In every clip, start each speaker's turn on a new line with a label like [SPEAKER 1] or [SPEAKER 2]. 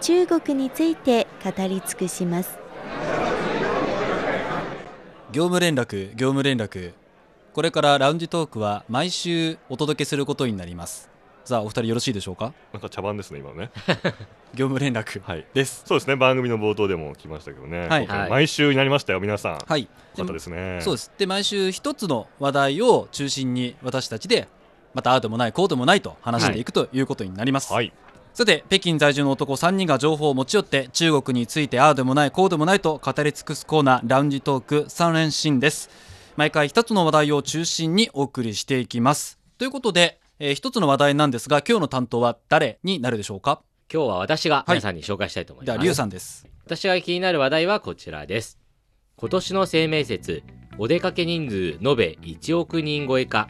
[SPEAKER 1] 中国について語り尽くします。
[SPEAKER 2] 業務連絡業務連絡これからラウンジトークは毎週お届けすることになりますさあお二人よろしいでしょうか
[SPEAKER 3] なんか茶番ですね、今のね。
[SPEAKER 2] 業務連絡
[SPEAKER 3] はい。
[SPEAKER 2] です
[SPEAKER 3] そうですね、番組の冒頭でも来ましたけどね。
[SPEAKER 2] はい
[SPEAKER 3] 今回
[SPEAKER 4] はい
[SPEAKER 3] 毎週になりましたよ、皆さん。よ
[SPEAKER 2] はい
[SPEAKER 3] かったですね。
[SPEAKER 2] そうですで毎週一つの話題を中心に私たちでまたああでもないこうでもないと話していくということになります、
[SPEAKER 3] はい。
[SPEAKER 2] さて北京在住の男3人が情報を持ち寄って中国についてああでもないこうでもないと語り尽くすコーナーラウンジトーク3連新です毎回1つの話題を中心にお送りしていきますということで、え1つの話題なんですが今日の担当は誰になるでしょうか
[SPEAKER 4] 今日は私が皆さんに紹介したいと思い
[SPEAKER 2] で
[SPEAKER 4] ます。
[SPEAKER 2] はリュウさんです
[SPEAKER 4] 私が気になる話題はこちらです。今年の清明節、お出かけ人数延べ1億人超えか。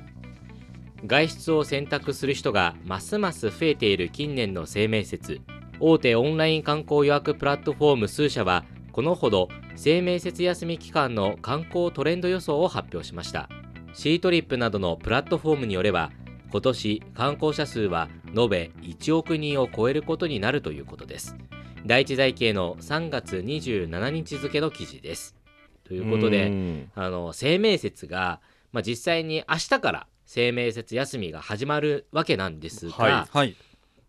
[SPEAKER 4] 外出を選択する人がますます増えている近年の清明節。大手オンライン観光予約プラットフォーム数社は、このほど清明節休み期間の観光トレンド予想を発表しました。シートリップなどのプラットフォームによれば、今年観光者数は延べ1億人を超えることになるということです。第一財系の3月27日付の記事です。と
[SPEAKER 3] と
[SPEAKER 4] いうことで、
[SPEAKER 3] で、
[SPEAKER 4] あの清明節が、まあ、実際に明日から清明節休みが始まるわけなんですが、
[SPEAKER 3] は
[SPEAKER 2] はい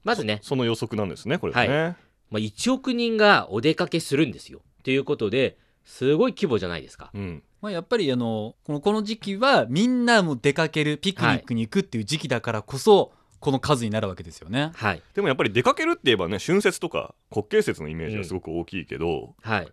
[SPEAKER 4] まずね、
[SPEAKER 3] その予測なんですね、これはね。
[SPEAKER 4] まあ、1億人がお出かけするんですよ。ということで、すごい規模じゃないですか。
[SPEAKER 3] うん。
[SPEAKER 2] まあ、やっぱりあのこのこの時期はみんなも出かけるピクニックに行くっていう時期だからこそ、この数になるわけですよね。
[SPEAKER 4] はい。
[SPEAKER 3] でもやっぱり出かけるって言えばね、春節とか国慶節のイメージがすごく大きいけど、
[SPEAKER 4] はい、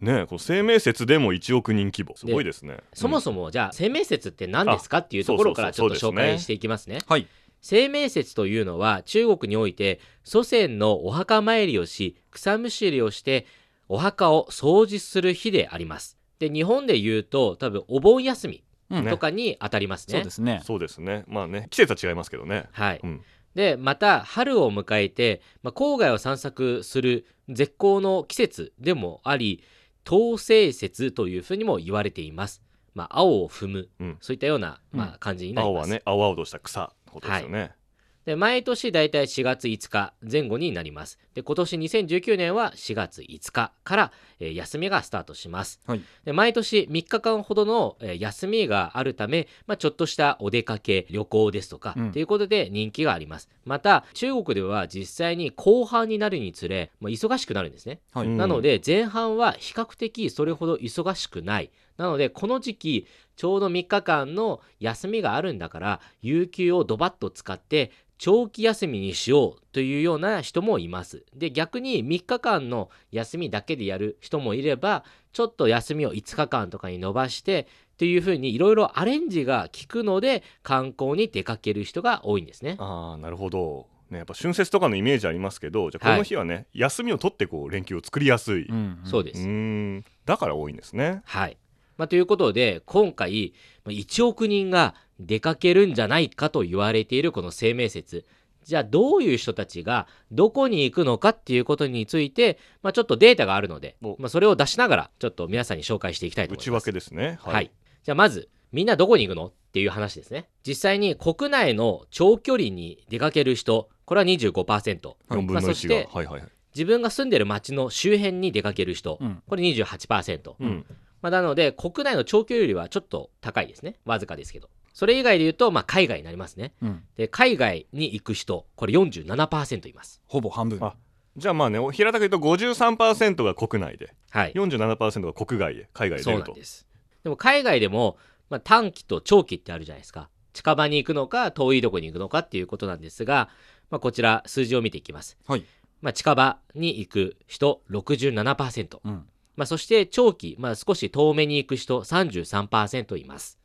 [SPEAKER 3] ね、この清明節でも1億人規模。すごいですね。
[SPEAKER 4] そも
[SPEAKER 3] そ
[SPEAKER 4] そも、じゃあ、清明節って何ですかっていうところからちょっと
[SPEAKER 3] そうそうそうそ
[SPEAKER 4] 紹
[SPEAKER 3] うですね
[SPEAKER 4] 介していきますね。
[SPEAKER 2] はい
[SPEAKER 4] 清明節というのは中国において祖先のお墓参りをし草むしりをしてお墓を掃除する日であります。で日本で言うと多分お盆休み
[SPEAKER 2] うん
[SPEAKER 4] とかに当たりますね。
[SPEAKER 2] そうですね。
[SPEAKER 3] そうですね。まあね、季節は違いますけどね。
[SPEAKER 4] はい、
[SPEAKER 3] うん
[SPEAKER 4] でまた春を迎えて、まあ、郊外を散策する絶好の季節でもあり統制節というふうにも言われています。まあ、青を踏む、
[SPEAKER 3] うん
[SPEAKER 4] そういったような、
[SPEAKER 2] う
[SPEAKER 4] まあ、感じになり
[SPEAKER 3] 青
[SPEAKER 4] ま
[SPEAKER 3] は
[SPEAKER 4] す。
[SPEAKER 3] ね、青々とした草のことですよね。
[SPEAKER 4] で毎年だいたい4月5日前後になります。で今年2019年は4月5日から、えー休みがスタートします。
[SPEAKER 2] はい
[SPEAKER 4] で毎年3日間ほどの、えー休みがあるため、まあ、ちょっとしたお出かけ旅行ですとかと、
[SPEAKER 2] うん
[SPEAKER 4] いうことで人気があります。また中国では実際に後半になるにつれ、まあ、忙しくなるんですね。
[SPEAKER 2] はい
[SPEAKER 3] うん
[SPEAKER 4] なので前半は比較的それほど忙しくない。なのでこの時期ちょうど3日間の休みがあるんだから有給をドバッと使って長期休みにしようというような人もいます。で逆に3日間の休みだけでやる人もいればちょっと休みを5日間とかに伸ばしてというふうにいろいろアレンジが効くので観光に出かける人が多いんですね。
[SPEAKER 3] ああなるほど、ね、やっぱ春節とかのイメージありますけどじゃあ
[SPEAKER 4] は
[SPEAKER 3] こ
[SPEAKER 4] い
[SPEAKER 3] の日はね、休みを取ってこう連休を作りやすい、う
[SPEAKER 2] うん
[SPEAKER 4] そう
[SPEAKER 2] で
[SPEAKER 4] です
[SPEAKER 3] ーんだから多いんですね
[SPEAKER 4] はい。まあ、ということで、今回、まあ1億人が出かけるんじゃないかと言われているこの生命説。じゃあ、どういう人たちがどこに行くのかっていうことについて、まあ、ちょっとデータがあるので
[SPEAKER 3] お、
[SPEAKER 4] まあ、それを出しながら、ちょっと皆さんに紹介していきたいと思います。
[SPEAKER 3] 内訳ですね
[SPEAKER 4] はい、じゃあまず、みんなどこに行くのっていう話ですね。実際に国内の長距離に出かける人、これは25%。
[SPEAKER 3] 4分
[SPEAKER 4] ま
[SPEAKER 3] の
[SPEAKER 4] あそ
[SPEAKER 3] 1
[SPEAKER 4] し
[SPEAKER 3] が、
[SPEAKER 4] て
[SPEAKER 3] はいはいはい、
[SPEAKER 4] 自分が住んでる町の周辺に出かける人、
[SPEAKER 2] うん
[SPEAKER 4] これ28%。
[SPEAKER 3] うん
[SPEAKER 4] まあ、なので、国内の長距離よりはちょっと高いですね。わずかですけど。それ以外で言うと、まあ、海外になりますね。
[SPEAKER 2] うん
[SPEAKER 4] で、海外に行く人、これ47%います。
[SPEAKER 2] ほぼ半分。
[SPEAKER 3] あじゃあまあね平たく言うと53%が国内で
[SPEAKER 4] はい。
[SPEAKER 3] 47%が国外で海外で
[SPEAKER 4] そ
[SPEAKER 3] 出
[SPEAKER 4] う
[SPEAKER 3] る
[SPEAKER 4] なん
[SPEAKER 3] と
[SPEAKER 4] です。でも、海外でも、まあ、短期と長期ってあるじゃないですか。近場に行くのか、遠いとこに行くのかっていうことなんですが、まあ、こちら、数字を見ていきます。
[SPEAKER 2] はい。
[SPEAKER 4] まあ、近場に行く人、67%。
[SPEAKER 2] うん
[SPEAKER 4] まあ、そして長期、まあ、少し遠目に行く人33%います。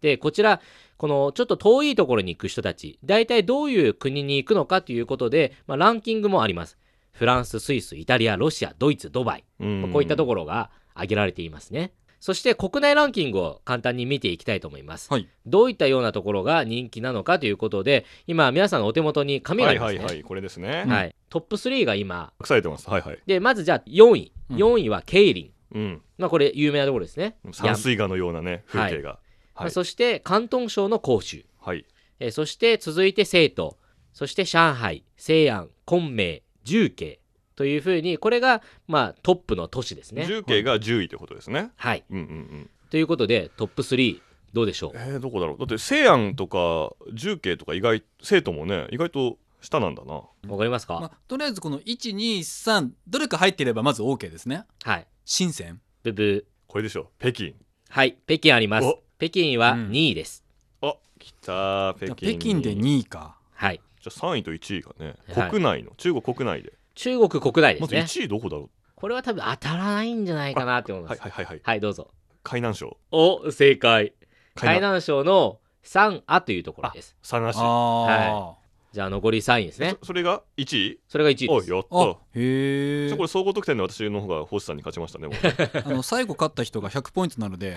[SPEAKER 4] で、こちら、このちょっと遠いところに行く人たち、大体どういう国に行くのかということで、まあ、ランキングもあります。フランス、スイス、イタリア、ロシア、ドイツ、ドバイ、まあこういったと
[SPEAKER 3] こ
[SPEAKER 4] ころが挙げられていますね。そして国内ランキングを簡単に見ていきたいと思います。
[SPEAKER 2] はい
[SPEAKER 4] どういったようなところが人気なのかということで、今皆さんのお手元に紙があ
[SPEAKER 3] は
[SPEAKER 4] り
[SPEAKER 3] い
[SPEAKER 4] ま
[SPEAKER 3] は
[SPEAKER 4] すね。
[SPEAKER 3] いはいこれですね、
[SPEAKER 2] うん
[SPEAKER 4] はいトップ3が今、
[SPEAKER 3] 隠されてますはいはい
[SPEAKER 4] で、まずじゃあ4位。
[SPEAKER 2] うん
[SPEAKER 4] 4位はケイリン。
[SPEAKER 3] うん
[SPEAKER 4] まあこれ有名なところですね。
[SPEAKER 3] 山水画のようなね風景が
[SPEAKER 4] ま
[SPEAKER 3] は
[SPEAKER 4] あ
[SPEAKER 3] い
[SPEAKER 4] そして広東省の広州。
[SPEAKER 3] はい
[SPEAKER 4] えーそして続いて成都そして上海西安昆明重慶というふうにこれが、まあ、トップの都市ですね。
[SPEAKER 3] 重慶が10位ってことですね
[SPEAKER 4] はい、
[SPEAKER 3] うんうんうん
[SPEAKER 4] ということでトップ3どうでしょう
[SPEAKER 3] えー、どこだろうだって西安とか重慶とか意外生徒もね意外と下なんだな
[SPEAKER 4] わかりますか、
[SPEAKER 2] まあ、とりあえずこの123どれか入っていればまず OK ですね
[SPEAKER 4] はい
[SPEAKER 2] 深セン
[SPEAKER 4] ブブ
[SPEAKER 3] これでしょ北京
[SPEAKER 4] ーはい北京あります
[SPEAKER 3] お
[SPEAKER 4] 北京は
[SPEAKER 2] うん
[SPEAKER 4] 2位です、
[SPEAKER 3] あ来た
[SPEAKER 2] 北
[SPEAKER 3] 北京
[SPEAKER 2] 京で2位か
[SPEAKER 4] はい
[SPEAKER 3] じゃあ3位と1位がね
[SPEAKER 4] はい
[SPEAKER 3] 国内の、中国国内で
[SPEAKER 4] 中国国内で
[SPEAKER 3] ますず
[SPEAKER 4] ね
[SPEAKER 3] 1位どこだろ
[SPEAKER 4] これは多分当たらないんじゃないかなって思いうます
[SPEAKER 3] は
[SPEAKER 4] はいい、
[SPEAKER 3] はいはいはい
[SPEAKER 4] どうぞ
[SPEAKER 3] 海南省
[SPEAKER 4] お正解海
[SPEAKER 3] 海南
[SPEAKER 4] 南省の三安というところです
[SPEAKER 3] 佐賀市
[SPEAKER 2] ああ、
[SPEAKER 4] じゃあ残り3位ですね
[SPEAKER 3] そそれが1位
[SPEAKER 4] それが1位
[SPEAKER 3] お
[SPEAKER 4] です
[SPEAKER 3] いやっ
[SPEAKER 2] あ
[SPEAKER 3] た
[SPEAKER 2] へ
[SPEAKER 3] じ
[SPEAKER 2] え
[SPEAKER 3] ゃあこれ総合得点で私の方が星さんに勝ちましたねもう ね
[SPEAKER 2] あの最後勝った人が100ポイントなの で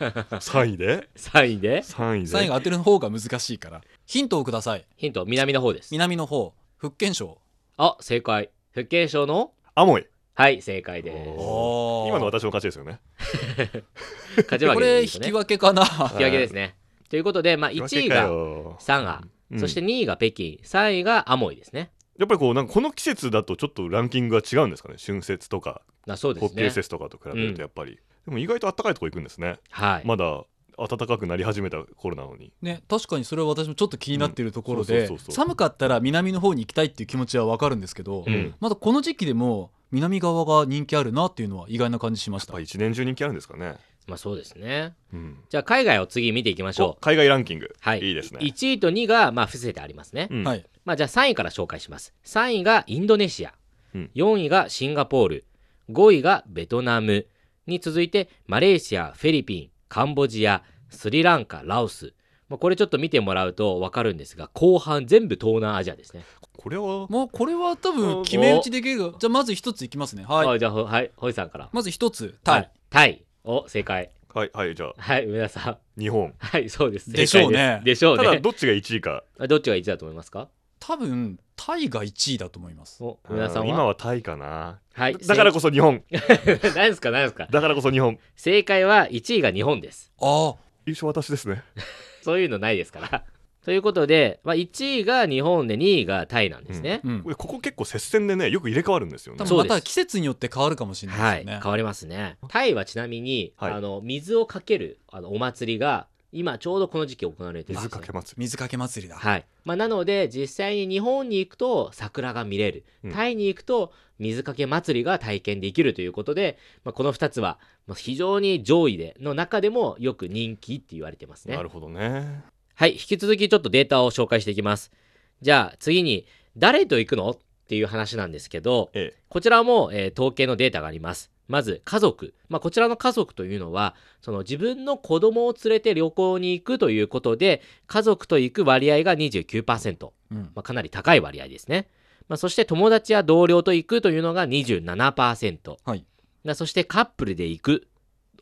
[SPEAKER 3] 3位で
[SPEAKER 4] 3位で
[SPEAKER 3] 3位で
[SPEAKER 2] 3位が当てる方が難しいからヒントをください
[SPEAKER 4] ヒント南の方です
[SPEAKER 2] 南の方福建省
[SPEAKER 4] あ、正解。福建省の
[SPEAKER 3] アモイ
[SPEAKER 4] はい、正解で
[SPEAKER 2] おー
[SPEAKER 3] 今の私の勝ちですよね
[SPEAKER 4] す。勝ち
[SPEAKER 2] こ
[SPEAKER 4] 負けで
[SPEAKER 2] れ引
[SPEAKER 4] いいです
[SPEAKER 2] き
[SPEAKER 4] ね。引
[SPEAKER 2] 分けかな
[SPEAKER 4] き分けですね。ということで、まあ、1位がサンガ、
[SPEAKER 3] うん
[SPEAKER 4] そして2位が北京、3位がアモイですね。
[SPEAKER 3] やっぱりこうなんかこの季節だとちょっとランキングが違うんですかね春節とか
[SPEAKER 4] なそうで
[SPEAKER 3] 国
[SPEAKER 4] す
[SPEAKER 3] 慶
[SPEAKER 4] ね。
[SPEAKER 3] 節とかと比べるとやっぱり、でも意外と暖かいとこ行くんですね
[SPEAKER 4] はい。
[SPEAKER 3] まだ暖かくなり始めた頃なのに
[SPEAKER 2] ね、確かにそれは私もちょっと気になっているところ
[SPEAKER 3] うん
[SPEAKER 2] で
[SPEAKER 3] そうそうそうそう
[SPEAKER 2] 寒かったら南の方に行きたいっていう気持ちは分かるんですけど、
[SPEAKER 3] うん
[SPEAKER 4] やっ
[SPEAKER 2] まだこの時期でも南側が人気あるなっていうのは意外な感じしまし
[SPEAKER 3] や
[SPEAKER 2] た
[SPEAKER 3] っぱ一年中人気あるんですかね、
[SPEAKER 4] まあ、そうですね。
[SPEAKER 3] うん、
[SPEAKER 4] じゃあ、海外を次見ていきまし
[SPEAKER 3] お
[SPEAKER 4] ょう。
[SPEAKER 3] 海外ランキング、
[SPEAKER 4] はい。
[SPEAKER 3] いいですね
[SPEAKER 4] 1位と2位が、まあ、伏せてありますね。
[SPEAKER 3] うん
[SPEAKER 2] はい、
[SPEAKER 4] まあ、じゃあ3位から紹介します。3位がインドネシア、
[SPEAKER 3] うん
[SPEAKER 4] 4位がシンガポール、5位がベトナムに続いてマレーシア、フィリピン、カンボジア、スリランカ、ラオス。まあ、これちょっと見てもらうとわかるんですが、後半全部東南アジアですね。
[SPEAKER 3] これは
[SPEAKER 2] もうこれは多分決め打ちできるがじゃあまず一ついきますねはい、
[SPEAKER 4] はい、じゃあ、ほはい、ホイさんから。
[SPEAKER 2] まず一つタイ、
[SPEAKER 4] はい。タイ。お、正解。
[SPEAKER 3] はいはいじゃあ
[SPEAKER 4] はい、梅田さん。
[SPEAKER 3] 日本
[SPEAKER 4] はい、そうです。
[SPEAKER 2] でしょうね
[SPEAKER 4] 正解ですでしょ
[SPEAKER 3] た
[SPEAKER 4] う
[SPEAKER 3] だ
[SPEAKER 4] ね。
[SPEAKER 3] どっちが1位か
[SPEAKER 4] どっちが1位だと思いますか
[SPEAKER 2] 多分タイが1位だと思います
[SPEAKER 4] お、梅田さん
[SPEAKER 3] うん
[SPEAKER 4] は。
[SPEAKER 3] 今はタイかな
[SPEAKER 4] はい。
[SPEAKER 3] だからこそ日本
[SPEAKER 4] 正 何ですか、何ですか。
[SPEAKER 3] だからこそ日本
[SPEAKER 4] 正解は1位が日本です。
[SPEAKER 2] あ
[SPEAKER 3] 優勝私ですね
[SPEAKER 4] そういうのないですから。 ということで、まあ、1位が日本で2位がタイなんですね
[SPEAKER 2] あ。うん
[SPEAKER 3] これここ結構接戦でねよく入れ替わるんですよね
[SPEAKER 2] 多分
[SPEAKER 4] そう
[SPEAKER 2] ま
[SPEAKER 4] です
[SPEAKER 2] た季節によって変わるかもしれな
[SPEAKER 4] はいい、
[SPEAKER 2] ですよね
[SPEAKER 4] 変、わりますね。タイはちなみに、
[SPEAKER 3] はい
[SPEAKER 4] あの水をかけるあのお祭りが今ちょうどこの時期行われてるんで
[SPEAKER 3] 水
[SPEAKER 4] すよ
[SPEAKER 3] かけ祭り
[SPEAKER 2] 水かけ祭りだ、
[SPEAKER 4] はいまあ、なので実際に日本に行くと桜が見れる、
[SPEAKER 3] うん
[SPEAKER 4] タイに行くと水かけ祭りが体験できるということで、まあ、この2つはまあ非常に上位での中でもよく人気って言われてますね
[SPEAKER 3] な。るほどね
[SPEAKER 4] はい、引き続きちょっとデータを紹介していきます。じゃあ次に、誰と行くのっていう話なんですけど、
[SPEAKER 3] え
[SPEAKER 4] こちらも、えー統計のデータがあります。まず、家族。まあ、こちらの家族というのは、その自分の子供を連れて旅行に行くということで、家族と行く割合が29%。
[SPEAKER 2] うん
[SPEAKER 4] まあ、かなり高い割合ですね。まあ、そして友達や同僚と行くというのが27%。
[SPEAKER 2] はい
[SPEAKER 4] なそしてカップルで行く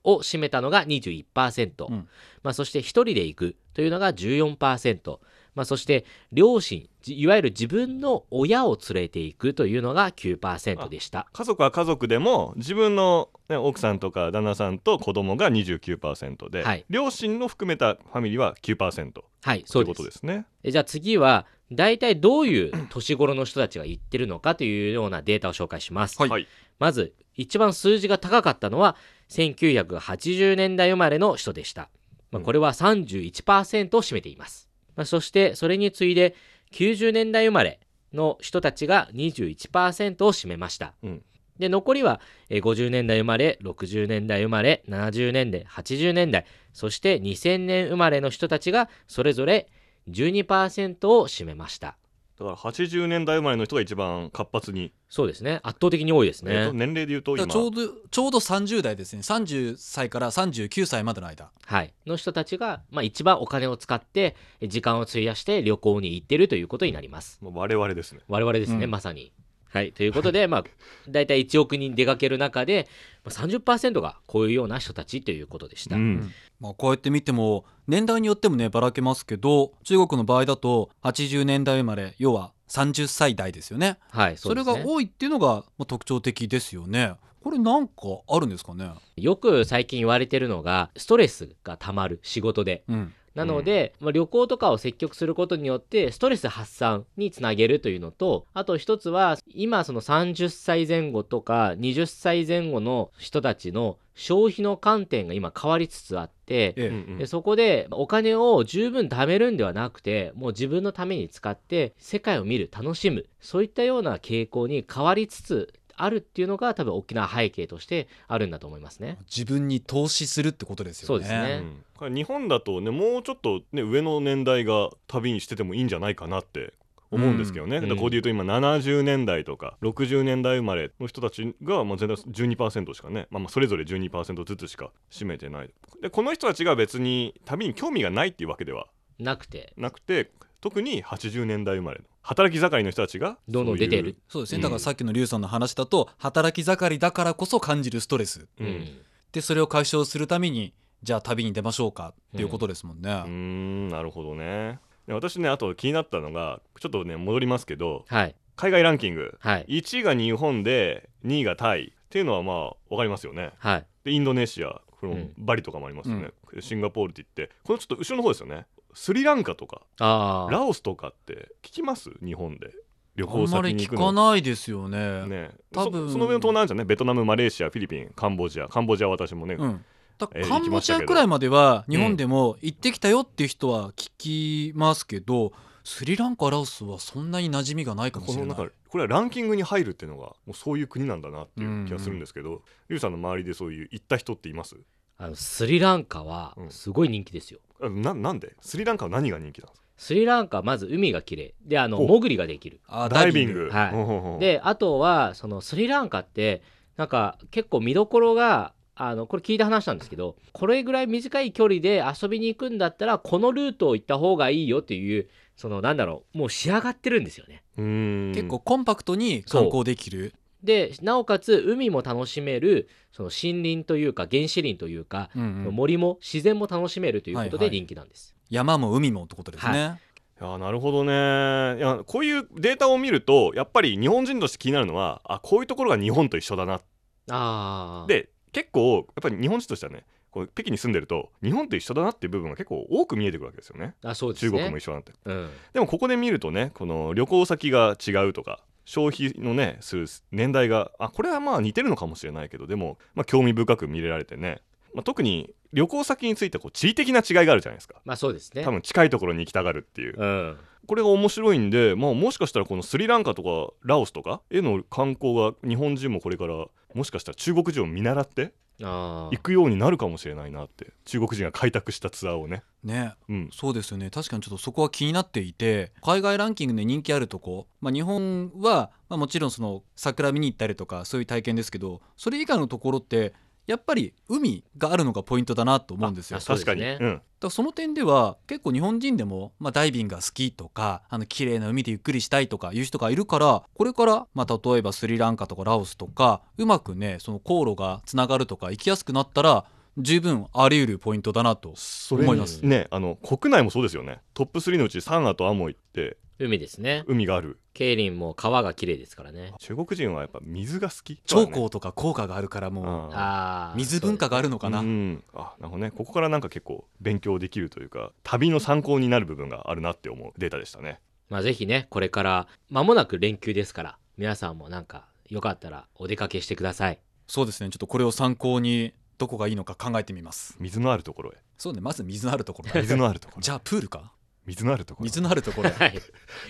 [SPEAKER 4] を占めたのが21%。
[SPEAKER 2] うん
[SPEAKER 4] まあ、そして一人で行くというのが14%。まあ、そして両親、じいわゆる自分の親を連れて行くというのが9%でした。
[SPEAKER 3] 家族は家族でも自分の、ね、奥さんとか旦那さんと子供が29%で、
[SPEAKER 4] はい
[SPEAKER 3] 両親の含めたファミリーは9%と
[SPEAKER 4] はい、そ
[SPEAKER 3] いううこ
[SPEAKER 4] です
[SPEAKER 3] と。ですね。
[SPEAKER 4] えじゃあ次は、大体どういう年頃の人たちが行ってるのかというようなデータを紹介します。
[SPEAKER 2] はい
[SPEAKER 3] はい
[SPEAKER 4] まず一番数字が高かったのは1980年代生まれの人でした、まあ、
[SPEAKER 3] うん
[SPEAKER 4] これは31%を占めています、まあ、そしてそれに次いで90年代生まれの人たちが21%を占めました、
[SPEAKER 3] うん
[SPEAKER 4] で残りはえー50年代生まれ60年代生まれ70年代80年代そして2000年生まれの人たちがそれぞれ12%を占めました
[SPEAKER 3] だから80年代生まれの人が一番活発に、
[SPEAKER 4] そうですね圧倒的に多いですね、
[SPEAKER 3] えっと年齢でいうと
[SPEAKER 2] だか
[SPEAKER 3] 今
[SPEAKER 2] らちょうどちょうど30代ですね30歳から39歳までの間
[SPEAKER 4] はい、の人たちが、まあ、一番お金を使ってえ時間を費やして旅行に行ってるということになります。
[SPEAKER 3] もう我々ですね。
[SPEAKER 4] 我々ですね、
[SPEAKER 2] うん
[SPEAKER 4] まさに。はい、ということ で、まあ、大体1億人出かける中で、まあ、30%がこういうような人たちということでした。
[SPEAKER 3] うん
[SPEAKER 2] まあ、こうやって見ても年代によってもねばらけますけど中国の場合だと80年代生まれ要は30歳代ですよね
[SPEAKER 4] はい、
[SPEAKER 2] そ
[SPEAKER 4] そうで
[SPEAKER 2] れ
[SPEAKER 4] すね
[SPEAKER 2] が多いっていうのがまあ特徴的ですよねこれなんかあるんですかね
[SPEAKER 4] よく最近言われてるのが、ストレスがたまる仕事で。
[SPEAKER 2] うん
[SPEAKER 4] なので、まあ、旅行とかを積極することによってストレス発散につなげるというのとあと一つは今その30歳前後とか20歳前後の人たちの消費の観点が今変わりつつあって
[SPEAKER 2] ええ
[SPEAKER 3] うん
[SPEAKER 4] でそこでお金を十分貯めるんではなくてもう自分のために使って世界を見る楽しむそういったような傾向に変わりつつあるっていうのが多分大きな背景としてあるんだと思いますね。
[SPEAKER 2] 自分に投資するってことですよね
[SPEAKER 4] そうで
[SPEAKER 3] う
[SPEAKER 4] すね
[SPEAKER 3] んこれ日本だとねもうちょっとね上の年代が旅にしててもいいんじゃないかなって思うんですけどね、
[SPEAKER 4] うん
[SPEAKER 3] だからこれで言うと今70年代とか60年代生まれの人たちがまあ全体12%しかね、まあ、まあそれぞれ12%ずつしか占めてないでこの人たちが別に旅に興味がないっていうわけでは
[SPEAKER 4] なくて
[SPEAKER 3] なくて特に80年代生まれの働き盛りの人たちが
[SPEAKER 4] どんどん
[SPEAKER 3] そういう
[SPEAKER 4] 出てる
[SPEAKER 2] そうですね、
[SPEAKER 3] うん
[SPEAKER 2] だからさっきのリュウさんの話だと働き盛りだからこそ感じるストレス
[SPEAKER 3] うん
[SPEAKER 2] でそれを解消するためにじゃあ旅に出ましょうかっていうことですもんね、
[SPEAKER 3] うーんなるほどねで私ねあと気になったのがちょっとね戻りますけど
[SPEAKER 4] はい
[SPEAKER 3] 海外ランキング
[SPEAKER 4] はい
[SPEAKER 3] 1位が日本で2位がタイっていうのはまあ分かりますよね
[SPEAKER 4] はい
[SPEAKER 3] でインドネシアこ
[SPEAKER 4] う
[SPEAKER 3] の
[SPEAKER 4] ん
[SPEAKER 3] バリとかもありますよね、でシンガポールって言ってこのちょっと後ろの方ですよねスリランカとか
[SPEAKER 4] ああ
[SPEAKER 3] ラオスとかって聞きます日本で旅
[SPEAKER 2] あ
[SPEAKER 3] 行
[SPEAKER 2] んま
[SPEAKER 3] 先
[SPEAKER 2] り
[SPEAKER 3] に
[SPEAKER 2] 聞
[SPEAKER 3] 行く
[SPEAKER 2] か
[SPEAKER 3] の
[SPEAKER 2] ないですよね
[SPEAKER 3] ね
[SPEAKER 2] 多分
[SPEAKER 3] そその上の東南アジアねベトナムマレーシアフィリピンカンボジアカンボジアは私もね、
[SPEAKER 2] うん、だ
[SPEAKER 3] えー
[SPEAKER 2] カン
[SPEAKER 3] 行き
[SPEAKER 2] ボ
[SPEAKER 3] まし
[SPEAKER 2] ジ
[SPEAKER 3] た
[SPEAKER 2] ア
[SPEAKER 3] けど
[SPEAKER 2] くらいまでは日本でも行ってきたよっていう人は聞きますけど、スリランカラオスはそんなに馴染みがないかも
[SPEAKER 3] こ
[SPEAKER 2] しれな
[SPEAKER 3] の
[SPEAKER 2] い
[SPEAKER 3] 中これはランキングに入るっていうのがもうそういう国なんだなっていう気がするんですけど、リュウさんの周りでそういう行った人っています
[SPEAKER 4] あのスリランカは
[SPEAKER 3] うん
[SPEAKER 4] すごい人気ですよ、
[SPEAKER 3] あななんでスリランカは何が人気なんですか
[SPEAKER 4] スリランカはまず海が綺麗であの
[SPEAKER 3] お
[SPEAKER 4] 潜りができる
[SPEAKER 2] あ
[SPEAKER 3] ダイビング
[SPEAKER 4] はい
[SPEAKER 3] ほうほうほう
[SPEAKER 4] であとはそのスリランカってなんか結構見どころがあのこれ聞いた話なんですけどこれぐらい短い距離で遊びに行くんだったらこのルートを行った方がいいよっていうそのなんだろうもう仕上がってるんですよね
[SPEAKER 3] うーん
[SPEAKER 2] 結構コンパクトに観光できる
[SPEAKER 4] でなおかつ海も楽しめるその森林というか原始林というか、
[SPEAKER 2] うんうん
[SPEAKER 4] 森も自然も楽しめるということ
[SPEAKER 2] はい
[SPEAKER 4] で
[SPEAKER 2] はい
[SPEAKER 4] 人気なんです、
[SPEAKER 2] 山も海もってことですね、
[SPEAKER 3] いやーなるほどねいやこういうデータを見るとやっぱり日本人として気になるのはあこういうところが日本と一緒だな
[SPEAKER 4] ああ
[SPEAKER 3] で結構やっぱり日本人としてはねこう北京に住んでると日本と一緒だなっていう部分が結構多く見えてくるわけですよね
[SPEAKER 4] あそうですね
[SPEAKER 3] 中国も一緒だなって
[SPEAKER 4] うん、
[SPEAKER 3] でもここで見るとねこの旅行先が違うとか消費のねする年代があこれはまあ似てるのかもしれないけどでも、まあ、興味深く見れられてね、まあ、特に旅行先についてこう地理的な違いがあるじゃないですか
[SPEAKER 4] まあそうですね
[SPEAKER 3] 多分近いところに行きたがるっていう
[SPEAKER 4] うん、
[SPEAKER 3] これが面白いんで、まあ、もしかしたらこのスリランカとかラオスとかへの観光が日本人もこれからもしかしたら中国人を見習って
[SPEAKER 4] あ
[SPEAKER 3] 行くようになるかもしれないなって中国人が開拓したツアーをね、
[SPEAKER 2] ね
[SPEAKER 3] うん、
[SPEAKER 2] そうですよね確かにちょっとそこは気になっていて海外ランキングで人気あるとこ、まあ、日本は、まあ、もちろんその桜見に行ったりとかそういう体験ですけどそれ以外のところってやっぱり海があるのがポイントだなと思うんですよ
[SPEAKER 4] ああ
[SPEAKER 2] だ
[SPEAKER 4] そ
[SPEAKER 2] か
[SPEAKER 4] う
[SPEAKER 3] 確
[SPEAKER 4] です
[SPEAKER 3] かに
[SPEAKER 4] ね
[SPEAKER 3] うん
[SPEAKER 2] らその点では結構日本人でも、まあ、ダイビングが好きとかあの綺麗な海でゆっくりしたいとかいう人がいるからこれから、まあ、例えばスリランカとかラオスとかうまくねその航路がつながるとか行きやすくなったら十分あり得るポイントだなと
[SPEAKER 3] それ
[SPEAKER 2] 思い
[SPEAKER 3] に
[SPEAKER 2] ます
[SPEAKER 3] ねあの国内もそうですよねトップ3のうちサンアとアモイって
[SPEAKER 4] 海ですね
[SPEAKER 3] 海がある
[SPEAKER 4] ケイリンも川が綺麗ですからね
[SPEAKER 3] 中国人はやっぱ水が好き
[SPEAKER 2] 長江とか効果があるからもう。
[SPEAKER 3] あ
[SPEAKER 4] あー
[SPEAKER 2] 水文化があるのかな、
[SPEAKER 3] うん、あなるほどねここからなんか結構勉強できるというか旅の参考になる部分があるなって思うデータでしたね。
[SPEAKER 4] まあ、ぜひね、これから、間もなく連休ですから、皆さんもなんか、よかったらお出かけしてください。
[SPEAKER 2] そうですねちょっとこれを参考にどこがいいのか考えてみます
[SPEAKER 3] 水のあるところへ
[SPEAKER 2] そうねまず水のあるところだね
[SPEAKER 3] 水のあるとこ ろ
[SPEAKER 2] じゃあプールか
[SPEAKER 3] 水のあるところ
[SPEAKER 2] 水のあるところへ
[SPEAKER 4] はい。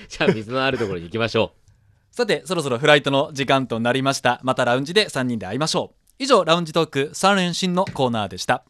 [SPEAKER 4] じゃあ、水のあるところに行きましょ
[SPEAKER 2] さてそろそろフライトの時間となりましたまたラウンジで3人で会いましょう以上ラウンジトーク3連新のコーナーでした